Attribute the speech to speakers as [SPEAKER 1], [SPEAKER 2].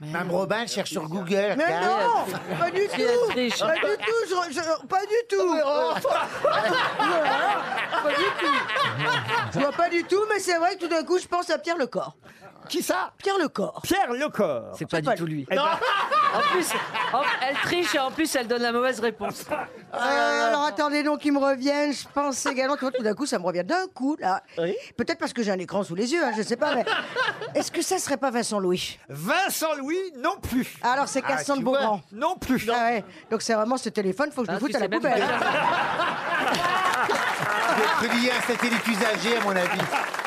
[SPEAKER 1] Mme Robin cherche sur Google.
[SPEAKER 2] Mais
[SPEAKER 1] regarde.
[SPEAKER 2] non, pas du
[SPEAKER 3] Tu as
[SPEAKER 2] tout.
[SPEAKER 3] triché.
[SPEAKER 2] Pas du tout, je- je- pas du tout.
[SPEAKER 3] Oh,
[SPEAKER 2] Pas du tout. Je vois pas du tout, mais c'est vrai que tout d'un coup, je pense à Pierre Lecor.
[SPEAKER 4] Qui ça
[SPEAKER 2] Pierre Lecor.
[SPEAKER 4] Pierre Lecor.
[SPEAKER 3] C'est pas
[SPEAKER 2] C'est
[SPEAKER 3] du
[SPEAKER 2] pas
[SPEAKER 3] tout lui.
[SPEAKER 4] Eh ben,
[SPEAKER 3] En plus, en- elle triche et en plus, elle donne la mauvaise réponse.
[SPEAKER 2] Euh, alors attendez donc qu'ils me reviennent. Je pense également que tout d'un coup, ça me revient d'un coup là.
[SPEAKER 4] Oui.
[SPEAKER 2] Peut-être parce que j'ai un écran sous les yeux, hein, je sais pas. Mais est-ce que ça serait pas Vincent Louis
[SPEAKER 4] Vincent Louis non plus.
[SPEAKER 2] Alors c'est Cassandre
[SPEAKER 1] tu
[SPEAKER 2] Beaugrand.
[SPEAKER 1] vois.
[SPEAKER 4] Non plus.
[SPEAKER 2] Ah ouais. Donc c'est vraiment ce téléphone, faut que je
[SPEAKER 3] Ah,
[SPEAKER 2] le foute
[SPEAKER 3] tu
[SPEAKER 2] à la
[SPEAKER 3] sais même
[SPEAKER 2] poubelle.
[SPEAKER 3] pas.
[SPEAKER 1] Je vais publier un satellite usagé, à mon avis.